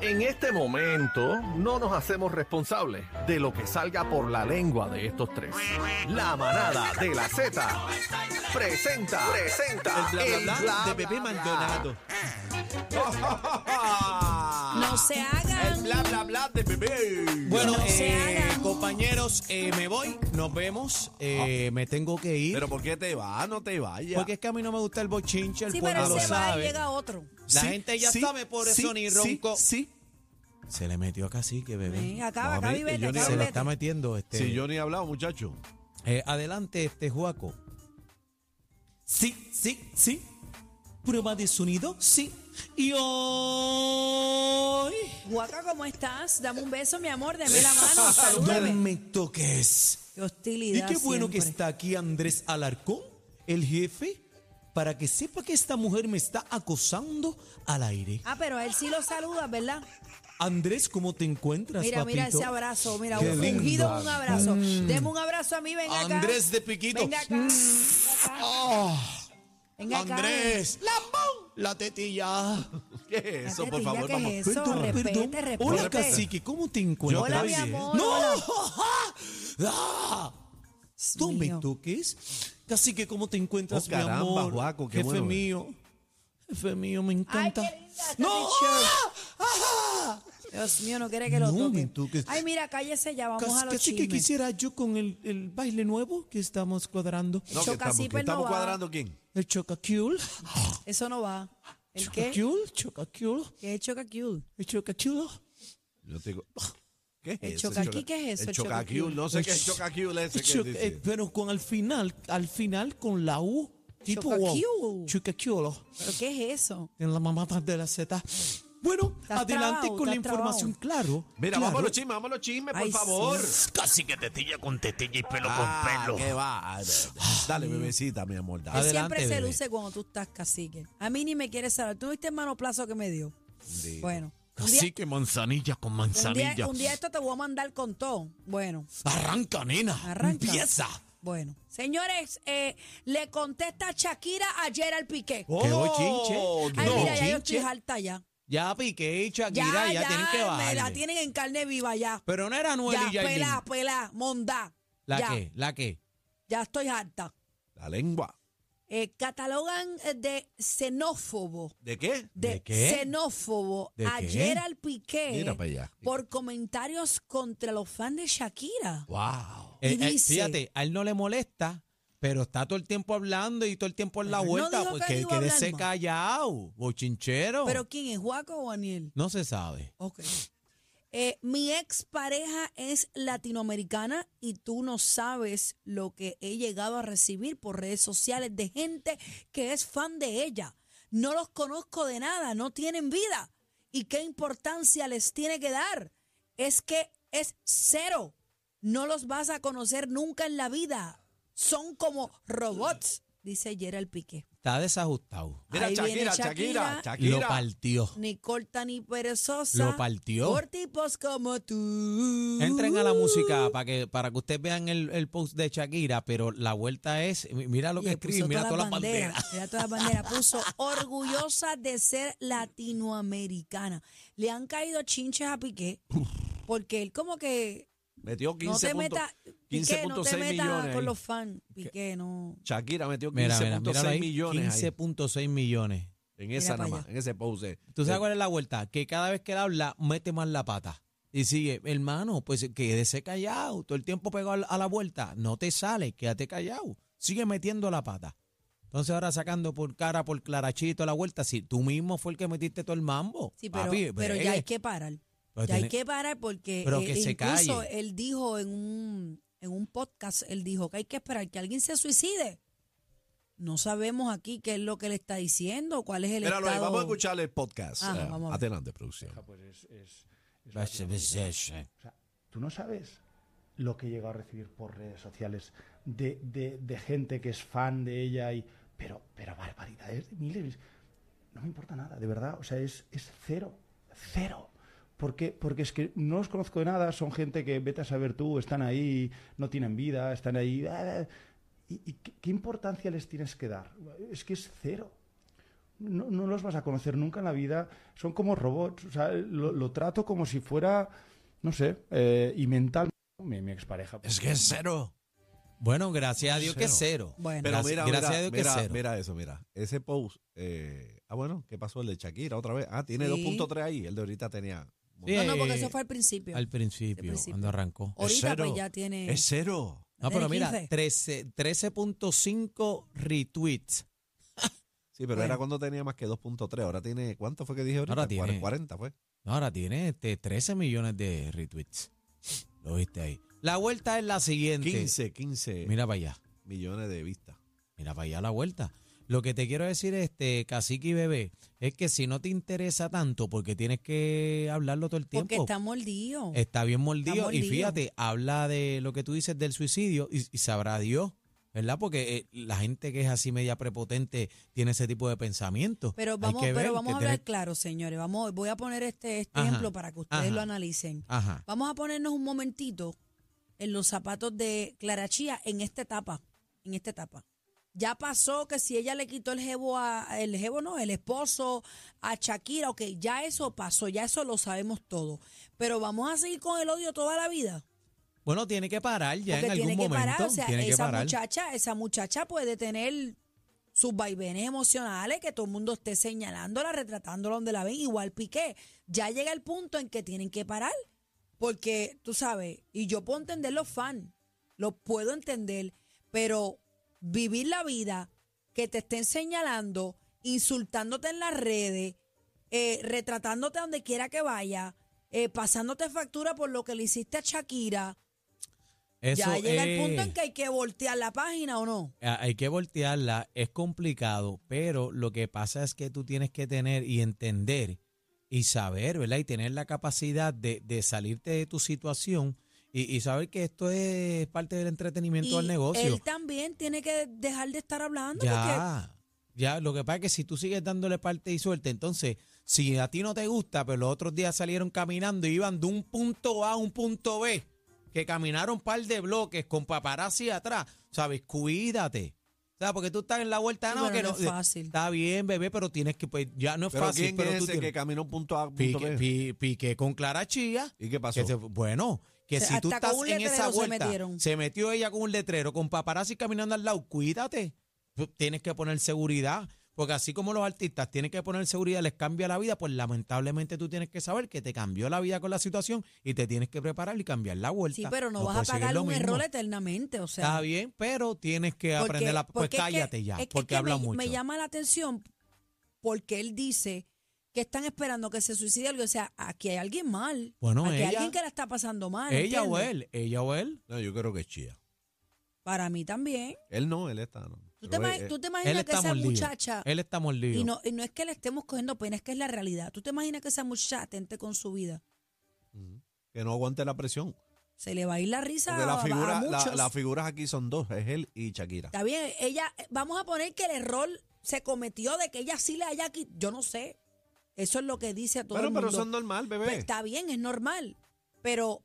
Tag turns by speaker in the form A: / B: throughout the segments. A: En este momento no nos hacemos responsables de lo que salga por la lengua de estos tres. La manada de la Z presenta, presenta
B: El bla bla bla de
A: bebé
B: Bebé Maldonado.
C: Ah,
D: No se
B: El
D: hagan.
B: bla bla bla de Bebé.
C: Bueno,
D: No se
C: eh,
D: hagan.
C: compañeros, eh, me voy, nos vemos, eh, me tengo que ir.
B: Pero ¿por qué te vas? No te vayas.
C: porque es que a mí no me gusta el bochinche, el
D: Sí,
C: pueblo
D: pero
C: lo
D: se va y
C: sabe.
D: llega otro.
C: La
B: Sí,
C: gente ya
B: sí,
C: sabe por
B: sí,
C: eso ni
B: sí,
C: ronco.
B: Sí,
C: Se le metió a Cacique, bebé.
D: Ven, acaba, acaba y
B: mí,
D: vete,
B: yo ni-
D: acaba
C: se
D: y
C: le
B: vete.
C: está metiendo este.
B: Sí, yo ni he hablado, muchacho.
C: eh, adelante, este Juaco. Sí, sí, sí. Prueba de sonido, sí. Y hoy
D: Guaca, ¿cómo estás? Dame un beso, mi amor, deme la mano, salúdame.
C: me toques.
D: Qué hostilidad
C: Y qué bueno que
D: siempre.
C: está aquí Andrés Alarcón, el jefe, para que sepa que esta mujer me está acosando al aire.
D: Ah, pero a él sí lo saludas, ¿verdad?
C: Andrés, ¿cómo te encuentras,
D: Mira,
C: papito?
D: mira ese abrazo, mira,
C: Qué
D: un
C: lindo.
D: ungido un abrazo. Deme un abrazo a mí, ven acá.
C: Andrés de Piquito.
D: Venga acá. Venga acá.
C: Andrés. ¡Lambón! La tetilla.
B: ¿Qué es eso, por
D: Tetilla,
B: favor?
D: ¿qué
B: Vamos.
D: es eso? Respete, respete.
C: Hola, cacique, ¿cómo te encuentras?
D: Hola, mi amor.
C: ¡No!
D: hola.
C: ¡Ah! Tú me
D: mío.
C: toques. Cacique, ¿cómo te encuentras,
B: Oh, caramba,
C: mi amor?
B: Juaco, qué
C: Jefe
B: bueno.
C: mío. Jefe mío, me
D: Ay, qué
C: encanta.
D: linda esta
C: ¡No!
D: picture. Dios mío, no quiere que lo
C: No,
D: toque.
C: me toques.
D: Ay, mira, cállese ya, vamos a
C: Casi,
D: los
C: casi que
D: chismes.
C: quisiera yo con el, el baile nuevo que estamos cuadrando.
B: No, que estamos,
D: Chocacipe
B: que estamos
D: pues no va.
B: cuadrando quién.
C: El chocacule.
D: Eso no va. ¿El qué?
C: Chocacule, chocacule,
D: ¿Qué es Chocacule?
C: el chocacule.
B: Yo te digo, ¿Qué es
D: El
B: eso?
D: chocaquí,
B: Choca-
D: ¿qué es eso,
B: El
D: el
B: chocaquiul,
D: chocaquiul?
B: no sé qué es chocaquiul ese
C: El
B: que
C: choc- eh,
B: dice.
C: pero con al final, al final con la U. Tipo
D: Chocacule.
C: wow. Chocacule.
D: ¿Pero qué es eso?
C: En la mamada de la Z. Bueno,
D: Estás
C: adelante
D: trabado,
C: con la
D: estás
C: información, claro.
B: Mira,
C: claro.
B: vamos a los chismes, vamos a los chismes, por
D: Ay,
B: favor.
D: sí.
E: Casi que tetilla con tetilla y pelo
B: Ah,
E: con
B: qué
E: pelo.
B: va. Dale, bebecita, mi amor. dale.
D: Él
C: Adelante,
D: siempre se
C: bebé.
D: luce cuando tú estás cacique. A mí ni me quieres saber. ¿Tú viste el manoplazo que me dio? Bueno. Un día,
E: Casi que manzanilla con
D: un, día-
E: manzanilla.
D: un día esto te voy a mandar con todo. Bueno,
C: Arranca, nena.
D: arranca.
C: Empieza.
D: Bueno. Señores, eh, le contesta Shakira ayer al Piqué.
C: Qué
B: Oh,
C: bochinche.
D: Ay,
C: Oh, No.
D: mira, ya yo estoy
C: Chinche.
D: harta ya.
C: Ya piqué y
D: Ya,
C: Shakira, ya,
D: ya,
C: tienen que
D: me
C: bajar.
D: la tienen en carne viva ya.
C: Pero no era Anuel
D: Ya,
C: y Yailin.
D: pelá, pelá, mondá.
C: ¿La
D: ya,
C: qué? ¿La qué?
D: ya estoy harta.
B: La lengua.
D: Eh, catalogan eh, de xenófobo.
B: ¿De qué?
D: de,
C: ¿De qué?
D: xenófobo
C: ¿De
D: a
C: qué?
D: Gerald Piqué
B: Mira pa' allá.
D: por comentarios contra los fans de
B: Oh.
D: Shakira.
B: Wow.
D: Y
C: Eh, eh,
D: dice-
C: fíjate, a él no le molesta, pero está todo el tiempo hablando y todo el tiempo en la
D: Pero no
C: vuelta.
D: dijo
C: pues
D: que
C: que
D: iba a
C: quédese
D: hablar más.
C: callado, bochinchero.
D: ¿Pero quién es, Juaco o Daniel?
C: no se sabe.
D: Ok. Eh, mi expareja es latinoamericana y tú no sabes lo que he llegado a recibir por redes sociales de gente que es fan de ella. No los conozco de nada, no tienen vida. ¿Y qué importancia les tiene que dar? Es que es cero. No los vas a conocer nunca en la vida. Son como robots, dice Gerald Piqué.
C: Está desajustado.
B: Mira,
D: Ahí viene
B: Shakira,
D: Shakira.
B: Shakira,
C: Lo
B: Shakira.
C: partió.
D: Ni corta ni perezosa.
C: Lo partió.
D: Por tipos como tú.
C: Entren a la música para que para que ustedes vean el, el post de Shakira, pero la vuelta es, mi- mira lo
D: Y
C: que
D: le
C: escribe,
D: puso
C: mira todas las
D: banderas,
C: banderas.
D: Mira todas las banderas. Puso orgullosa de ser latinoamericana. Le han caído chinches a Piqué porque él como que
B: Metió 15
D: no te
B: punto-
D: meta, Piqué, no te
B: 15.6
D: meta
B: millones.
D: con
B: ahí.
D: los fans. Piqué, no.
B: Shakira metió
C: Mira, mira, míralo
B: 15.6
C: ahí,
B: millones ahí,
C: 15.6 millones.
B: en esa
D: Mira
B: nada
D: pa'
B: más, en ese pose.
C: ¿Tú
B: Eh,
C: sabes cuál es la vuelta? Que cada vez que él habla, mete más la pata. Y sigue, hermano, pues quédese callado. Todo el tiempo pegado al- a la vuelta. No te sale, quédate callado. Sigue metiendo la pata. Entonces ahora sacando por cara, por clarachito la vuelta. Si tú mismo fue el que metiste todo el mambo.
D: Sí, pero,
C: Papi,
D: pero
C: bregue.
D: ya hay que parar.
C: Pero
D: ya hay
C: tiene-
D: que parar porque
C: Pero
D: eh,
C: que se
D: incluso
C: calle.
D: él dijo en un, en un podcast, él dijo que hay que esperar que alguien se suicide. No sabemos aquí qué es lo que le está diciendo, cuál es el
B: Míralo ahí,
D: estado.
B: vamos a escuchar el podcast.
C: Ah,
D: Ajá,
B: Eh,
D: vamos a ver.
B: adelante, producción.
F: pues es, es- es
C: Va a ser-
F: básicamente-
C: va a ser-
F: O sea, tú no sabes lo que he llegado a recibir por redes sociales de, de- de gente que es fan de ella y... Pero, pero barbaridades de miles. No me importa nada, de verdad. O sea, es, es cero, cero. Porque, porque es que no los conozco de nada, son gente que vete a saber tú, están ahí, no tienen vida, están ahí... ah, ah. ¿Y, y qué, qué importancia les tienes que dar? Es que es cero. no, no los vas a conocer nunca en la vida. Son como robots. O sea, lo, lo trato como si fuera, no sé, eh, y mental. Mi, mi expareja. pues,
B: Es que es cero.
C: Bueno, gracias a Dios que es cero.
D: Bueno.
B: Pero
C: Gracias-
B: mira,
C: gracias
B: mira,
C: a Dios que
B: mira,
C: cero.
B: mira eso, mira. Ese post. eh, ah, bueno, ¿qué pasó el de Shakira otra vez? Ah, tiene
D: Sí.
B: 2.3 ahí. El de ahorita tenía.
C: Sí,
D: No, no, porque
C: eh,
D: eso fue al principio.
C: Al principio,
D: principio.
C: cuando arrancó.
D: Ahorita
B: cero.
D: pues ya tiene...
B: Es cero.
C: No, pero
D: Desde
C: mira,
D: 15.
C: 13 13.5 retweets.
B: Sí, pero
D: Bueno.
B: era cuando tenía más que 2.3. Ahora tiene. ¿Cuánto fue que dije ahorita?
C: Ahora tiene-
B: 40 fue.
C: No, ahora tiene este, 13 millones de retweets. Lo viste ahí. La vuelta es la siguiente.
B: 15, 15
C: Mira para allá.
B: millones de vistas.
C: Mira para allá la vuelta. Lo que te quiero decir, este, cacique y bebé, es que si no te interesa tanto, porque tienes que hablarlo todo el tiempo.
D: Porque está mordido.
C: Está bien mordido.
D: Está
C: Y
D: mordido.
C: fíjate, habla de lo que tú dices del suicidio y, y sabrá Dios, ¿verdad? Porque eh, la gente que es así media prepotente tiene ese tipo de pensamientos.
D: Pero
C: Hay
D: vamos,
C: que ver
D: pero vamos
C: que
D: a hablar
C: tiene-
D: claro, señores. Vamos, voy a poner este, este
C: Ajá,
D: ejemplo para que ustedes
C: ajá.
D: lo analicen.
C: Ajá.
D: Vamos a ponernos un momentito en los zapatos de Clara Chía en esta etapa, en esta etapa. Ya pasó que si ella le quitó el jevo a el jevo no, el esposo a Shakira, ok, ya eso pasó, ya eso lo sabemos todo. Pero vamos a seguir con el odio toda la vida.
C: Bueno, tiene que parar ya
D: Porque
C: en algún
D: tiene que
C: momento.
D: parar, o sea,
C: tiene que
D: esa
C: parar.
D: muchacha, esa muchacha puede tener sus vaivenes emocionales, que todo el mundo esté señalándola, retratándola donde la ven, igual Piqué. Ya llega el punto en que tienen que parar, porque tú sabes, y yo puedo entender los fans, los puedo entender, pero vivir la vida que te estén señalando, insultándote en las redes, eh, retratándote donde quiera que vaya, eh, pasándote factura por lo que le hiciste a Shakira,
C: Eso
D: ya llega el
C: es-
D: punto en que hay que voltear la página o no.
C: a- Hay que voltearla, es complicado, pero lo que pasa es que tú tienes que tener y entender y saber, ¿verdad? Y tener la capacidad de, de salirte de tu situación y, y saber que esto es parte del entretenimiento
D: Y
C: del negocio.
D: Él también tiene que dejar de estar hablando
C: Ya, ya, lo que pasa es que si tú sigues dándole parte y suerte, entonces, si a ti no te gusta, pero los otros días salieron caminando y iban de un punto A a un punto B, que caminaron un par de bloques con paparazzi atrás, ¿sabes? Cuídate. O sea, porque tú estás en la vuelta,
D: Sí,
C: no,
D: pero
C: que
D: no
C: no, eh,
D: es fácil.
C: Está bien, bebé, pero tienes que, pues, ya no es
B: Pero
C: fácil.
B: ¿quién
C: pero
B: es
C: tú
B: ese que
C: tienes-
B: caminó punto A, punto
C: pique,
B: B?
C: pi- pique con Clara Chía.
B: ¿Y qué pasó?
C: Que se- bueno, que
D: O sea,
C: si tú
D: hasta con
C: estás
D: un
C: en
D: letrero
C: esa
D: se
C: vuelta,
D: metieron.
C: se metió ella con un letrero, con paparazzi caminando al lado, cuídate. Tú Tienes que poner seguridad, porque así como los artistas tienen que poner seguridad, les cambia la vida, pues lamentablemente tú tienes que saber que te cambió la vida con la situación y te tienes que preparar y cambiar la
D: que
C: vuelta.
D: sí, pero no,
C: puedes
D: vas a
C: seguir
D: pagar
C: lo
D: un
C: mismo.
D: error eternamente, o sea.
C: Está bien, pero tienes que
D: porque-
C: aprender la... Pues
D: porque es que-
C: cállate ya,
D: es que-
C: porque
D: es que
C: habla
D: me,
C: mucho.
D: Me llama la atención porque él dice que están esperando que se suicide alguien, o sea, aquí hay alguien mal.
C: Bueno,
D: aquí hay
C: ella-
D: alguien que la está pasando mal.
C: ella o
D: ¿entiendes?
C: él, ella o él.
B: No, yo creo que es Chía.
D: Para mí también.
B: Él no, él está. No.
D: ¿Tú te,
B: Pero eh,
D: ima-
B: él-
D: tú te
C: Él
D: imaginas que
C: está
D: esa
C: mordido.
D: muchacha
C: Él está mordido.
D: Y no, y no es que le estemos cogiendo pena, es que es la realidad. ¿Tú te imaginas que esa muchacha atente con su vida?
B: Ujú. Que no aguante la presión.
D: Se le va a ir la risa
B: Porque
D: a,
B: la
D: a
B: figura, la-
D: muchos.
B: las figuras aquí son dos, es él y Shakira.
D: Está bien, ella, vamos a poner que el error se cometió de que ella sí le haya quitado, yo no sé. Eso es lo que dice todo
B: Pero,
D: el
B: pero
D: mundo.
B: eso es normal, bebé.
D: Pues está bien, es normal. Pero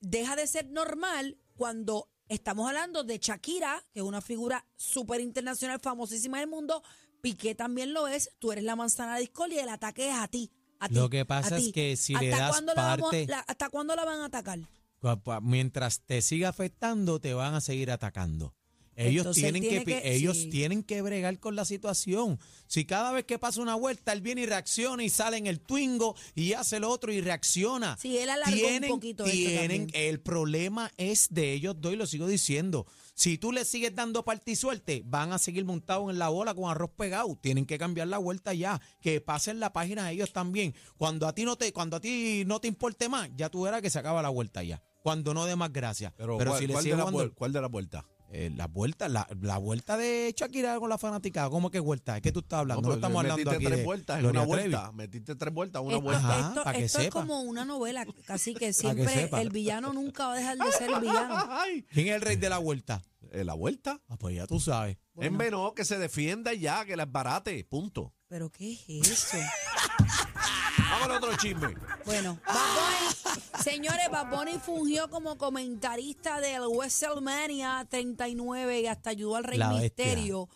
D: deja de ser normal cuando estamos hablando de Shakira, que es una figura súper internacional, famosísima del mundo. Piqué también lo es. Tú eres la manzana de discordia y el ataque es a ti. A ti,
C: Lo que pasa
D: a
C: es
D: ti.
C: que si le
D: ¿Hasta
C: das
D: cuándo la vamos a-
C: parte-
D: la- ¿Hasta cuándo la van a atacar?
C: Cua- cua- Mientras te siga afectando, te van a seguir atacando. Ellos,
D: Entonces, él
C: tienen que,
D: tiene
C: pi-
D: que-
C: ellos
D: sí.
C: tienen que bregar con la situación. Si cada vez que pasa una vuelta, él viene y reacciona y sale en el Twingo y hace lo otro y reacciona.
D: Sí, él alargó un poquito esto
C: tienen-
D: también.
C: El problema es de ellos dos y lo sigo diciendo. Si tú le sigues dando parte y suerte, van a seguir montados en la bola con arroz pegado. Tienen que cambiar la vuelta ya. Que pasen la página a ellos también. Cuando a ti no te, cuando a ti no te importe más, ya tú verás que se acaba la vuelta ya. Cuando no dé más gracias. Pero,
B: ¿cuál,
C: si le
B: cuál de
C: sigues
B: la,
C: dando
B: vuel- cuál de las vueltas?
C: eh, la vuelta, la, la vuelta de Shakira con la fanaticada, ¿cómo que vuelta? Es que tú estás hablando, no,
B: pero
C: estamos hablando
B: metiste
C: aquí
B: tres
C: de
B: vueltas en
C: Gloria
B: una
C: Trevi.
B: vuelta. Metiste tres vueltas en una
D: esto
B: vuelta.
C: Ajá,
D: esto-
C: pa' que
D: esto es
C: sepa.
D: como una novela, casi que
C: que
D: siempre
C: sepa.
D: el villano nunca va a dejar de ser el villano.
B: Ay,
C: ¿Quién es el rey de la vuelta?
B: eh, la vuelta.
C: Ah, pues ya tú sabes.
B: En Venó, que se defienda ya, que la barate punto.
D: Pero ¿qué es eso?
B: Vámonos a otro chisme.
D: Bueno, Bad Bunny- señores, Bad Bunny fungió como comentarista del WrestleMania 39 y hasta ayudó al Rey
C: La bestia.
D: Misterio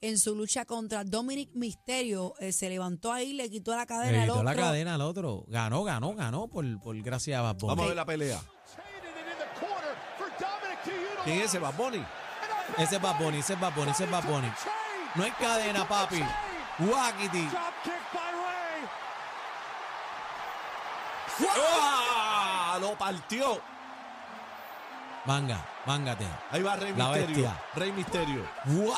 D: en su lucha contra Dominic Misterio. eh, se levantó ahí, le quitó la cadena
C: Le
D: al
C: quitó
D: otro.
C: la cadena al otro. Ganó, ganó, ganó por, por gracias a Bad Bunny.
B: Vamos a ver la pelea. ¿Quién es ese, Bad Bunny?
C: Ese es Bad Bunny, ese es Bad Bunny, ese es Bad Bunny. No hay cadena, papi. Wakiti.
B: ¡Ah! Lo partió.
C: Manga, mángate.
B: Ahí va Rey
C: La
B: Misterio.
C: bestia.
B: Rey Misterio.
C: ¡Guau!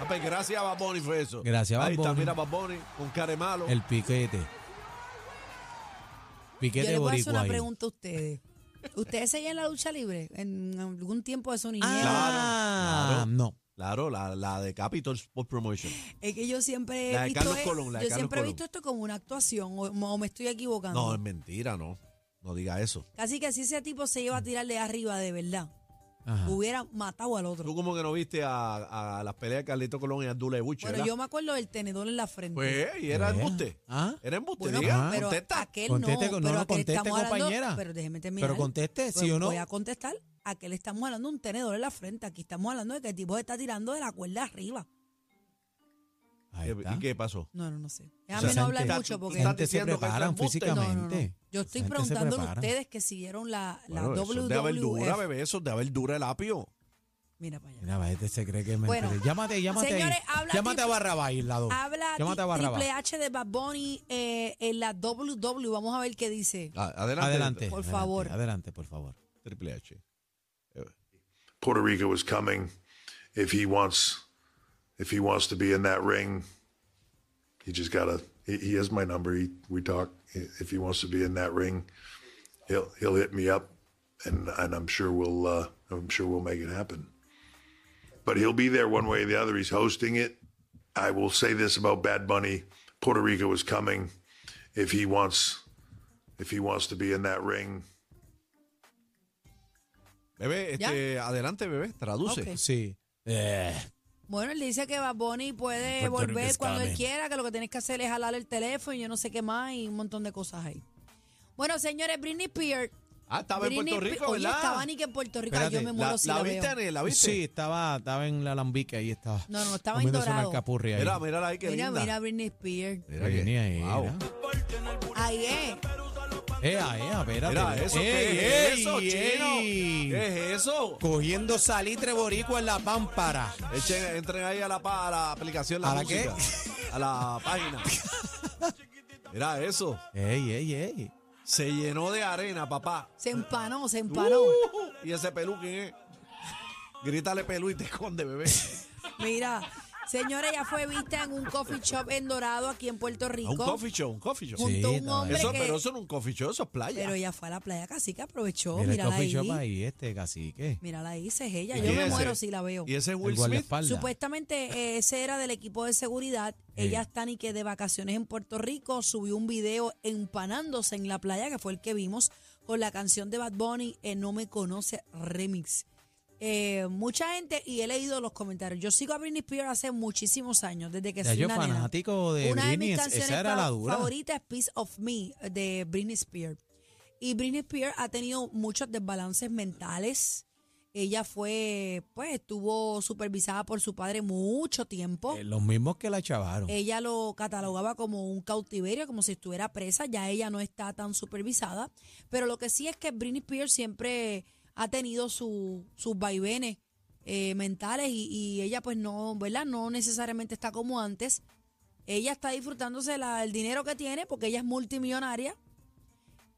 B: Ah, pues, gracias a Bad Bunny fue eso.
C: Gracias a
B: Ahí
C: Bad
B: está,
C: Bunny.
B: mira Bad Bunny con care malo.
C: El piquete.
D: Yo
C: Piquete
D: les voy a hacer
C: boricua
D: una
C: ahí.
D: pregunta a ustedes. ¿Ustedes seguían la lucha libre en algún tiempo de su niñez?
C: Ah,
B: Claro, claro.
C: no.
B: Claro, la, la de Capitol Sport Promotion.
D: Es que yo siempre he
B: La de
D: visto,
B: Carlos
D: e-
B: Colón, la de
D: yo
B: Carlos
D: siempre he
B: Colón.
D: visto esto como una actuación o, o me estoy equivocando.
B: No, es mentira, no. No diga eso.
D: Así que si ese tipo se lleva a tirar de arriba de verdad,
C: Ajá.
D: hubiera matado al otro.
B: Tú como que no viste a, a las peleas de Carlito Colón y Abdullah Bucho,
D: Bueno, yo me acuerdo del tenedor en la frente.
B: Pues, y era
C: Pues,
B: embuste.
C: ¿Ah?
B: Era embuste,
D: Bueno,
B: diga,
D: pero
B: contesta.
D: aquel
C: Conteste,
D: no,
C: no,
D: pero
C: no,
D: aquel
C: conteste,
D: estamos hablando-
C: compañera.
D: pero déjeme terminar. Pues
C: Pero conteste, sí o no.
D: eh, Voy a contestar. Aquel estamos hablando de un tenedor en la frente. Aquí estamos hablando de que el tipo está tirando de la cuerda arriba.
C: Ahí está.
B: Eh, ¿Y qué pasó?
D: No, no, no
C: O
D: sé. Déjame
C: sea,
D: no hablar
C: gente-
D: mucho
B: tú
D: porque...
B: estás
C: gente se
B: diciendo que
C: preparan
B: eso es embuste.
D: No, no, no.
C: físicamente.
D: Yo estoy
C: Esa gente se
D: preguntándole a
C: prepara.
D: ustedes que siguieron la, la
B: Bueno, eso es de haber dura,
D: WWF.
B: bebé, eso es de haber dura el apio.
D: Mira para allá.
C: Mira, va, este se cree que es
D: Bueno,
C: mentira. llámate, llámate. ahí.
D: señores, habla
C: llámate a
D: triple-
C: Barrabás, Irlado.
D: Habla
C: Llámate a
D: Tri-
C: Barrabás.
D: Triple H de Bad Bunny eh, en la WW. Vamos a ver qué dice.
B: Ah, Adelante.
C: Adelante.
D: Por
C: adelante,
D: favor.
C: Adelante, por favor.
B: Triple H.
G: Puerto Rico is coming. If he wants, if he wants to be in that ring, he just gotta. He, he has my number. He, we talk. If he wants to be in that ring, he'll he'll hit me up, and and I'm sure we'll uh, I'm sure we'll make it happen. But he'll be there one way or the other. He's hosting it. I will say this about Bad Bunny: Puerto Rico is coming. If he wants, if he wants to be in that ring,
B: Bebé, este, adelante, bebé, traduce.
D: Ok.
C: Sí. Eh,
D: Bueno, él dice que Bad Bunny puede
C: Puerto Rico
D: volver
C: es
D: cuando él
C: Carmen.
D: quiera, que lo que tienes que hacer es jalar el teléfono y yo no sé qué más y un montón de cosas ahí. Bueno, señores, Britney Spears.
B: Ah, estaba en
D: Britney
B: Puerto
D: Spe-
B: Rico,
D: Oye,
B: ¿verdad?
D: estaba ni que en Puerto Rico. Ay, yo
C: Espérate,
D: me muero
B: La,
D: si
B: la
D: la
B: viste,
D: veo.
B: Ane, la viste.
C: Sí, estaba, estaba en la alambique ahí estaba.
D: No, no, estaba en
C: comiéndose una
D: dorado.
C: alcapurria ahí.
B: Mira, mira ahí, qué
D: Mira,
B: linda.
D: mira, Britney Spears.
B: Mira
C: Ahí
B: que-
C: venía ahí,
B: wow.
C: era.
D: Ahí es.
C: Ea, ea, espérate.
B: Mira, eso,
C: Ey,
B: ¿qué es
C: ey,
B: eso,
C: ey.
B: chino? ¿Qué es eso?
C: Cogiendo salitre boricua en la pámpara.
B: Echen, entren ahí a la, pa- a la aplicación, la
C: ¿A la
B: música, a la página. Mira eso,
C: Ey, ey, ey.
B: se llenó de arena, papá.
D: Se empanó, se empanó.
B: Uh, y ese pelú, ¿quién es? Grítale pelú y te esconde, bebé.
D: Mira, señora, ella fue vista en un coffee shop en Dorado aquí en Puerto
B: A
D: Rico.
B: Ah, un coffee show, un coffee show.
D: Junto a
C: Sí,
D: un
C: estaba
D: hombre
C: ahí.
B: Eso,
D: que...
B: pero eso no es un coffee show, eso es playa.
D: Pero ella fue a la playa casi que aprovechó.
C: Mira el
D: Oh, mírala
C: coffee
D: ahí.
C: shop ahí, este cacique.
D: Mírala ahí, esa es ella.
B: ¿Y
D: Yo me
B: ese?
D: muero si la veo.
B: Y ese
C: El
B: es Will Smith.
C: guardaespaldas.
D: Supuestamente eh, ese era del equipo de seguridad. Ella está ni que de vacaciones en Puerto Rico. Subió un video empanándose en la playa, que fue el que vimos, con la canción de Bad Bunny, eh, No me conoce remix. Eh, mucha gente, y he leído los comentarios. Yo sigo a Britney Spears hace muchísimos años, desde que
C: Ya
D: soy
C: yo
D: una nena.
C: fanático de
D: Una de
C: Britney,
D: mis
C: es-
D: canciones
C: esa era la
D: fa-
C: dura.
D: favoritas es Piece of Me de Britney Spears. Y Britney Spears ha tenido muchos desbalances mentales. Ella fue, pues, estuvo supervisada por su padre mucho tiempo.
C: Eh, los mismos que la chavaron.
D: Ella lo catalogaba como un cautiverio, como si estuviera presa. Ya ella no está tan supervisada. Pero lo que sí es que Britney Spears siempre ha tenido su- sus vaivenes eh, mentales y, y ella, pues, no, ¿verdad? No necesariamente está como antes. Ella está disfrutándose la- el dinero que tiene porque ella es multimillonaria.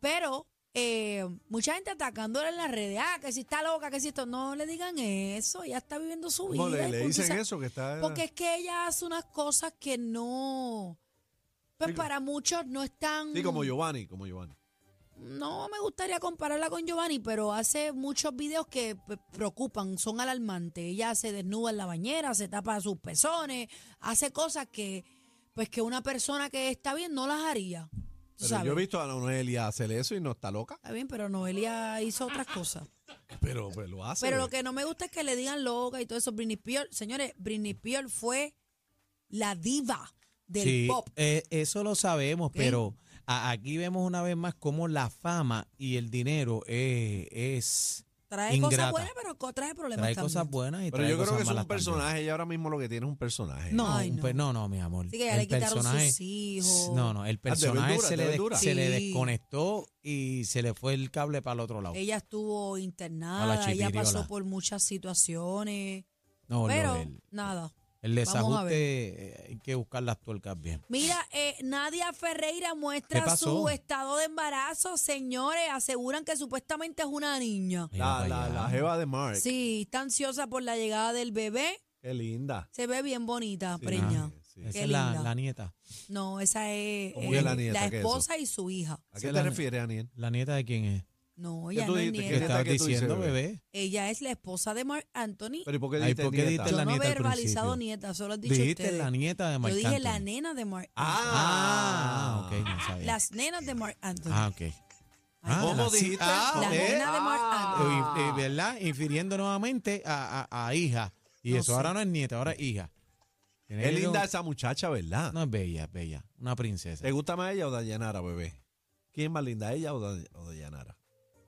D: Pero eh, mucha gente atacándola en las redes. Ah, que si está loca, que si esto. No le digan eso. Ella está viviendo su vida.
B: ¿Cómo le,
D: y
B: le
D: punto. O
B: dicen
D: sea,
B: eso que está.
D: porque es que ella hace unas cosas que no. Pues
B: Sí,
D: para muchos no están.
B: Sí, como Giovanni, como Giovanni.
D: No me gustaría compararla con Giovanni, pero hace muchos videos que pues, preocupan, son alarmantes. Ella se desnuda en la bañera, se tapa sus pezones, hace cosas que, pues, que una persona que está bien no las haría. tú
B: Pero
D: sabes.
B: yo he visto a Noelia hacer eso y no está loca.
D: Está bien, pero Noelia hizo otras cosas.
B: Pero, pero lo hace.
D: Pero lo
B: bebé.
D: que no me gusta es que le digan loca y todo eso. Britney Spears, señores, Britney Spears fue la diva del
C: Sí,
D: pop.
C: eh, eso lo sabemos,
D: ¿Ok?
C: pero a- aquí vemos una vez más cómo la fama y el dinero eh, es
D: Trae
C: Ingrata.
D: cosas buenas, pero co- trae problemas
C: Trae
D: también.
C: cosas buenas y
B: Pero
C: trae
B: yo creo
C: cosas
B: que es
C: malas
B: un
C: también.
B: personaje. Ella ahora mismo lo que tiene es un personaje.
C: No,
D: Ay,
C: un pe- no, no, mi amor.
D: Así que ya le quitaron sus hijos.
C: No, no, el
B: Ah, de
C: personaje
B: verdura,
C: se,
B: de
C: le des-
B: verdura.
C: se le
D: Sí.
C: desconectó y se le fue el cable para el otro lado.
D: Ella estuvo
C: A
D: internada,
C: la
D: ella pasó
C: chipiriola.
D: por muchas situaciones,
C: no,
D: pero
C: el,
D: nada.
C: el
D: vamos a
C: desajuste
D: ver.
C: eh, hay que buscar las tuercas bien.
D: Mira, eh, Nadia Ferreira muestra
C: pasó?
D: su estado de embarazo, señores, aseguran que supuestamente es una niña.
C: Mira
B: La,
C: pa'
B: la,
C: allá.
B: la jeva de Mark.
D: Sí, está ansiosa por la llegada del bebé,
B: Qué linda.
D: se ve bien bonita,
B: Sí, Ah.
D: preña.
B: sí.
C: Esa
D: Qué
C: es la,
D: linda.
C: la nieta.
D: No, esa es
B: ¿Cómo
D: eh,
B: que
D: la,
B: la nieta, qué es eso?
D: esposa y su hija.
B: ¿A
C: Sí,
B: qué te
C: la-
B: refieres, Aniel?
C: ¿La nieta de quién es?
D: No,
B: ¿Qué
D: ella
B: tú
D: no es
B: dijiste?
C: ¿Qué
B: nieta
D: nieta.
C: estabas
B: que tú dices,
C: diciendo,
B: bebé?
C: bebé?
D: Ella es la esposa de Mark Anthony.
B: Pero ¿y por qué
C: Ay,
B: dijiste
C: ¿por qué
B: nieta?
C: dijiste
D: Yo
C: la
D: no he
C: nieta al
D: verbalizado
C: principio.
D: nieta, solo he dicho
C: Dijiste
D: ustedes.
C: la nieta de
D: Yo
C: Marc
D: dije
C: Anthony.
D: la nena de Mark Anthony.
B: Ah,
C: Ah, ok, no sabía.
D: Las nenas de Mark Anthony. pues,
C: ah, ok. Ah,
B: ¿Cómo
C: la- sí,
B: dijiste?
C: ah,
D: La
C: ok.
D: nena de Marc Anthony.
C: Eh, eh, ¿Verdad? Infiriendo nuevamente a, a- a hija. Y
D: No
C: eso
D: sé.
C: ahora no es nieta, ahora es hija. Tiene
B: Qué
C: que-
B: linda esa muchacha, ¿verdad?
C: No, es bella, es bella. Una princesa.
B: ¿Te gusta más ella o Dayanara, bebé? ¿Quién es más linda, ella o, Day- o Dayanara?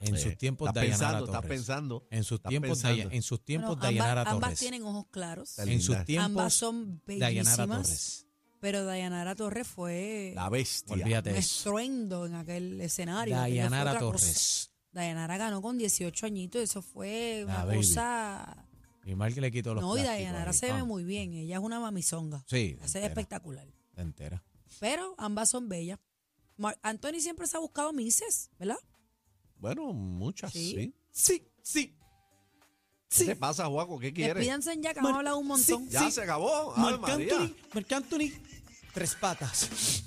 C: En
B: Eh,
C: sus tiempos,
B: estás
C: Dayanara
B: pensando, Estás
C: Torres.
B: pensando.
D: Eh,
C: En sus
B: estás
C: tiempos,
B: pensando.
C: Daya- en sus tiempos
D: Bueno,
C: Dayanara
D: ambas, ambas
C: Torres.
D: tienen ojos claros.
B: Dale.
C: en sus
B: Linda.
D: Ambas
C: tiempos,
D: son
C: Dayanara
D: bellísimas.
C: Torres.
D: Pero Dayanara Torres fue
B: La bestia.
C: Olvídate
D: un
C: de eso.
D: estruendo en aquel escenario. aquello fue
C: Dayanara
D: otra cosa.
C: Torres.
D: Dayanara ganó con 18 añitos. Eso fue
C: La
D: una
C: baby.
D: cosa.
C: Y mal que le quitó los
D: No, y
C: plásticos
D: Dayanara
C: ahí.
D: se ve
C: Ah,
D: muy bien. Ella es una mamizonga.
C: Sí,
D: Hace
C: entera,
D: espectacular.
C: entera.
D: Pero ambas son bellas. Mar- Anthony siempre se ha buscado mises, ¿verdad?
B: Bueno, muchas,
D: Sí.
B: sí. Sí, sí. ¿Qué te pasa, Juaco? ¿Qué quieres?
D: Despídanse ya que hemos hablado un montón.
B: Ya se acabó. Ave María.
C: Marc Anthony, tres patas.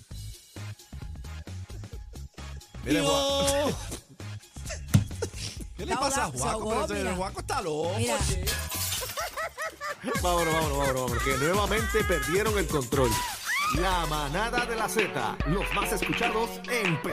B: Mire, Juaco,
C: Yo-
B: ¿Qué
D: Se
B: le pasa a
D: ahogó, se
B: Juaco?
D: ahogó,
B: Pero
D: mira.
B: el Juaco está loco.
D: Mira,
A: Vámonos, vámonos, vámonos, vámonos, que nuevamente perdieron el control. La manada de la Z, los más escuchados en Perú.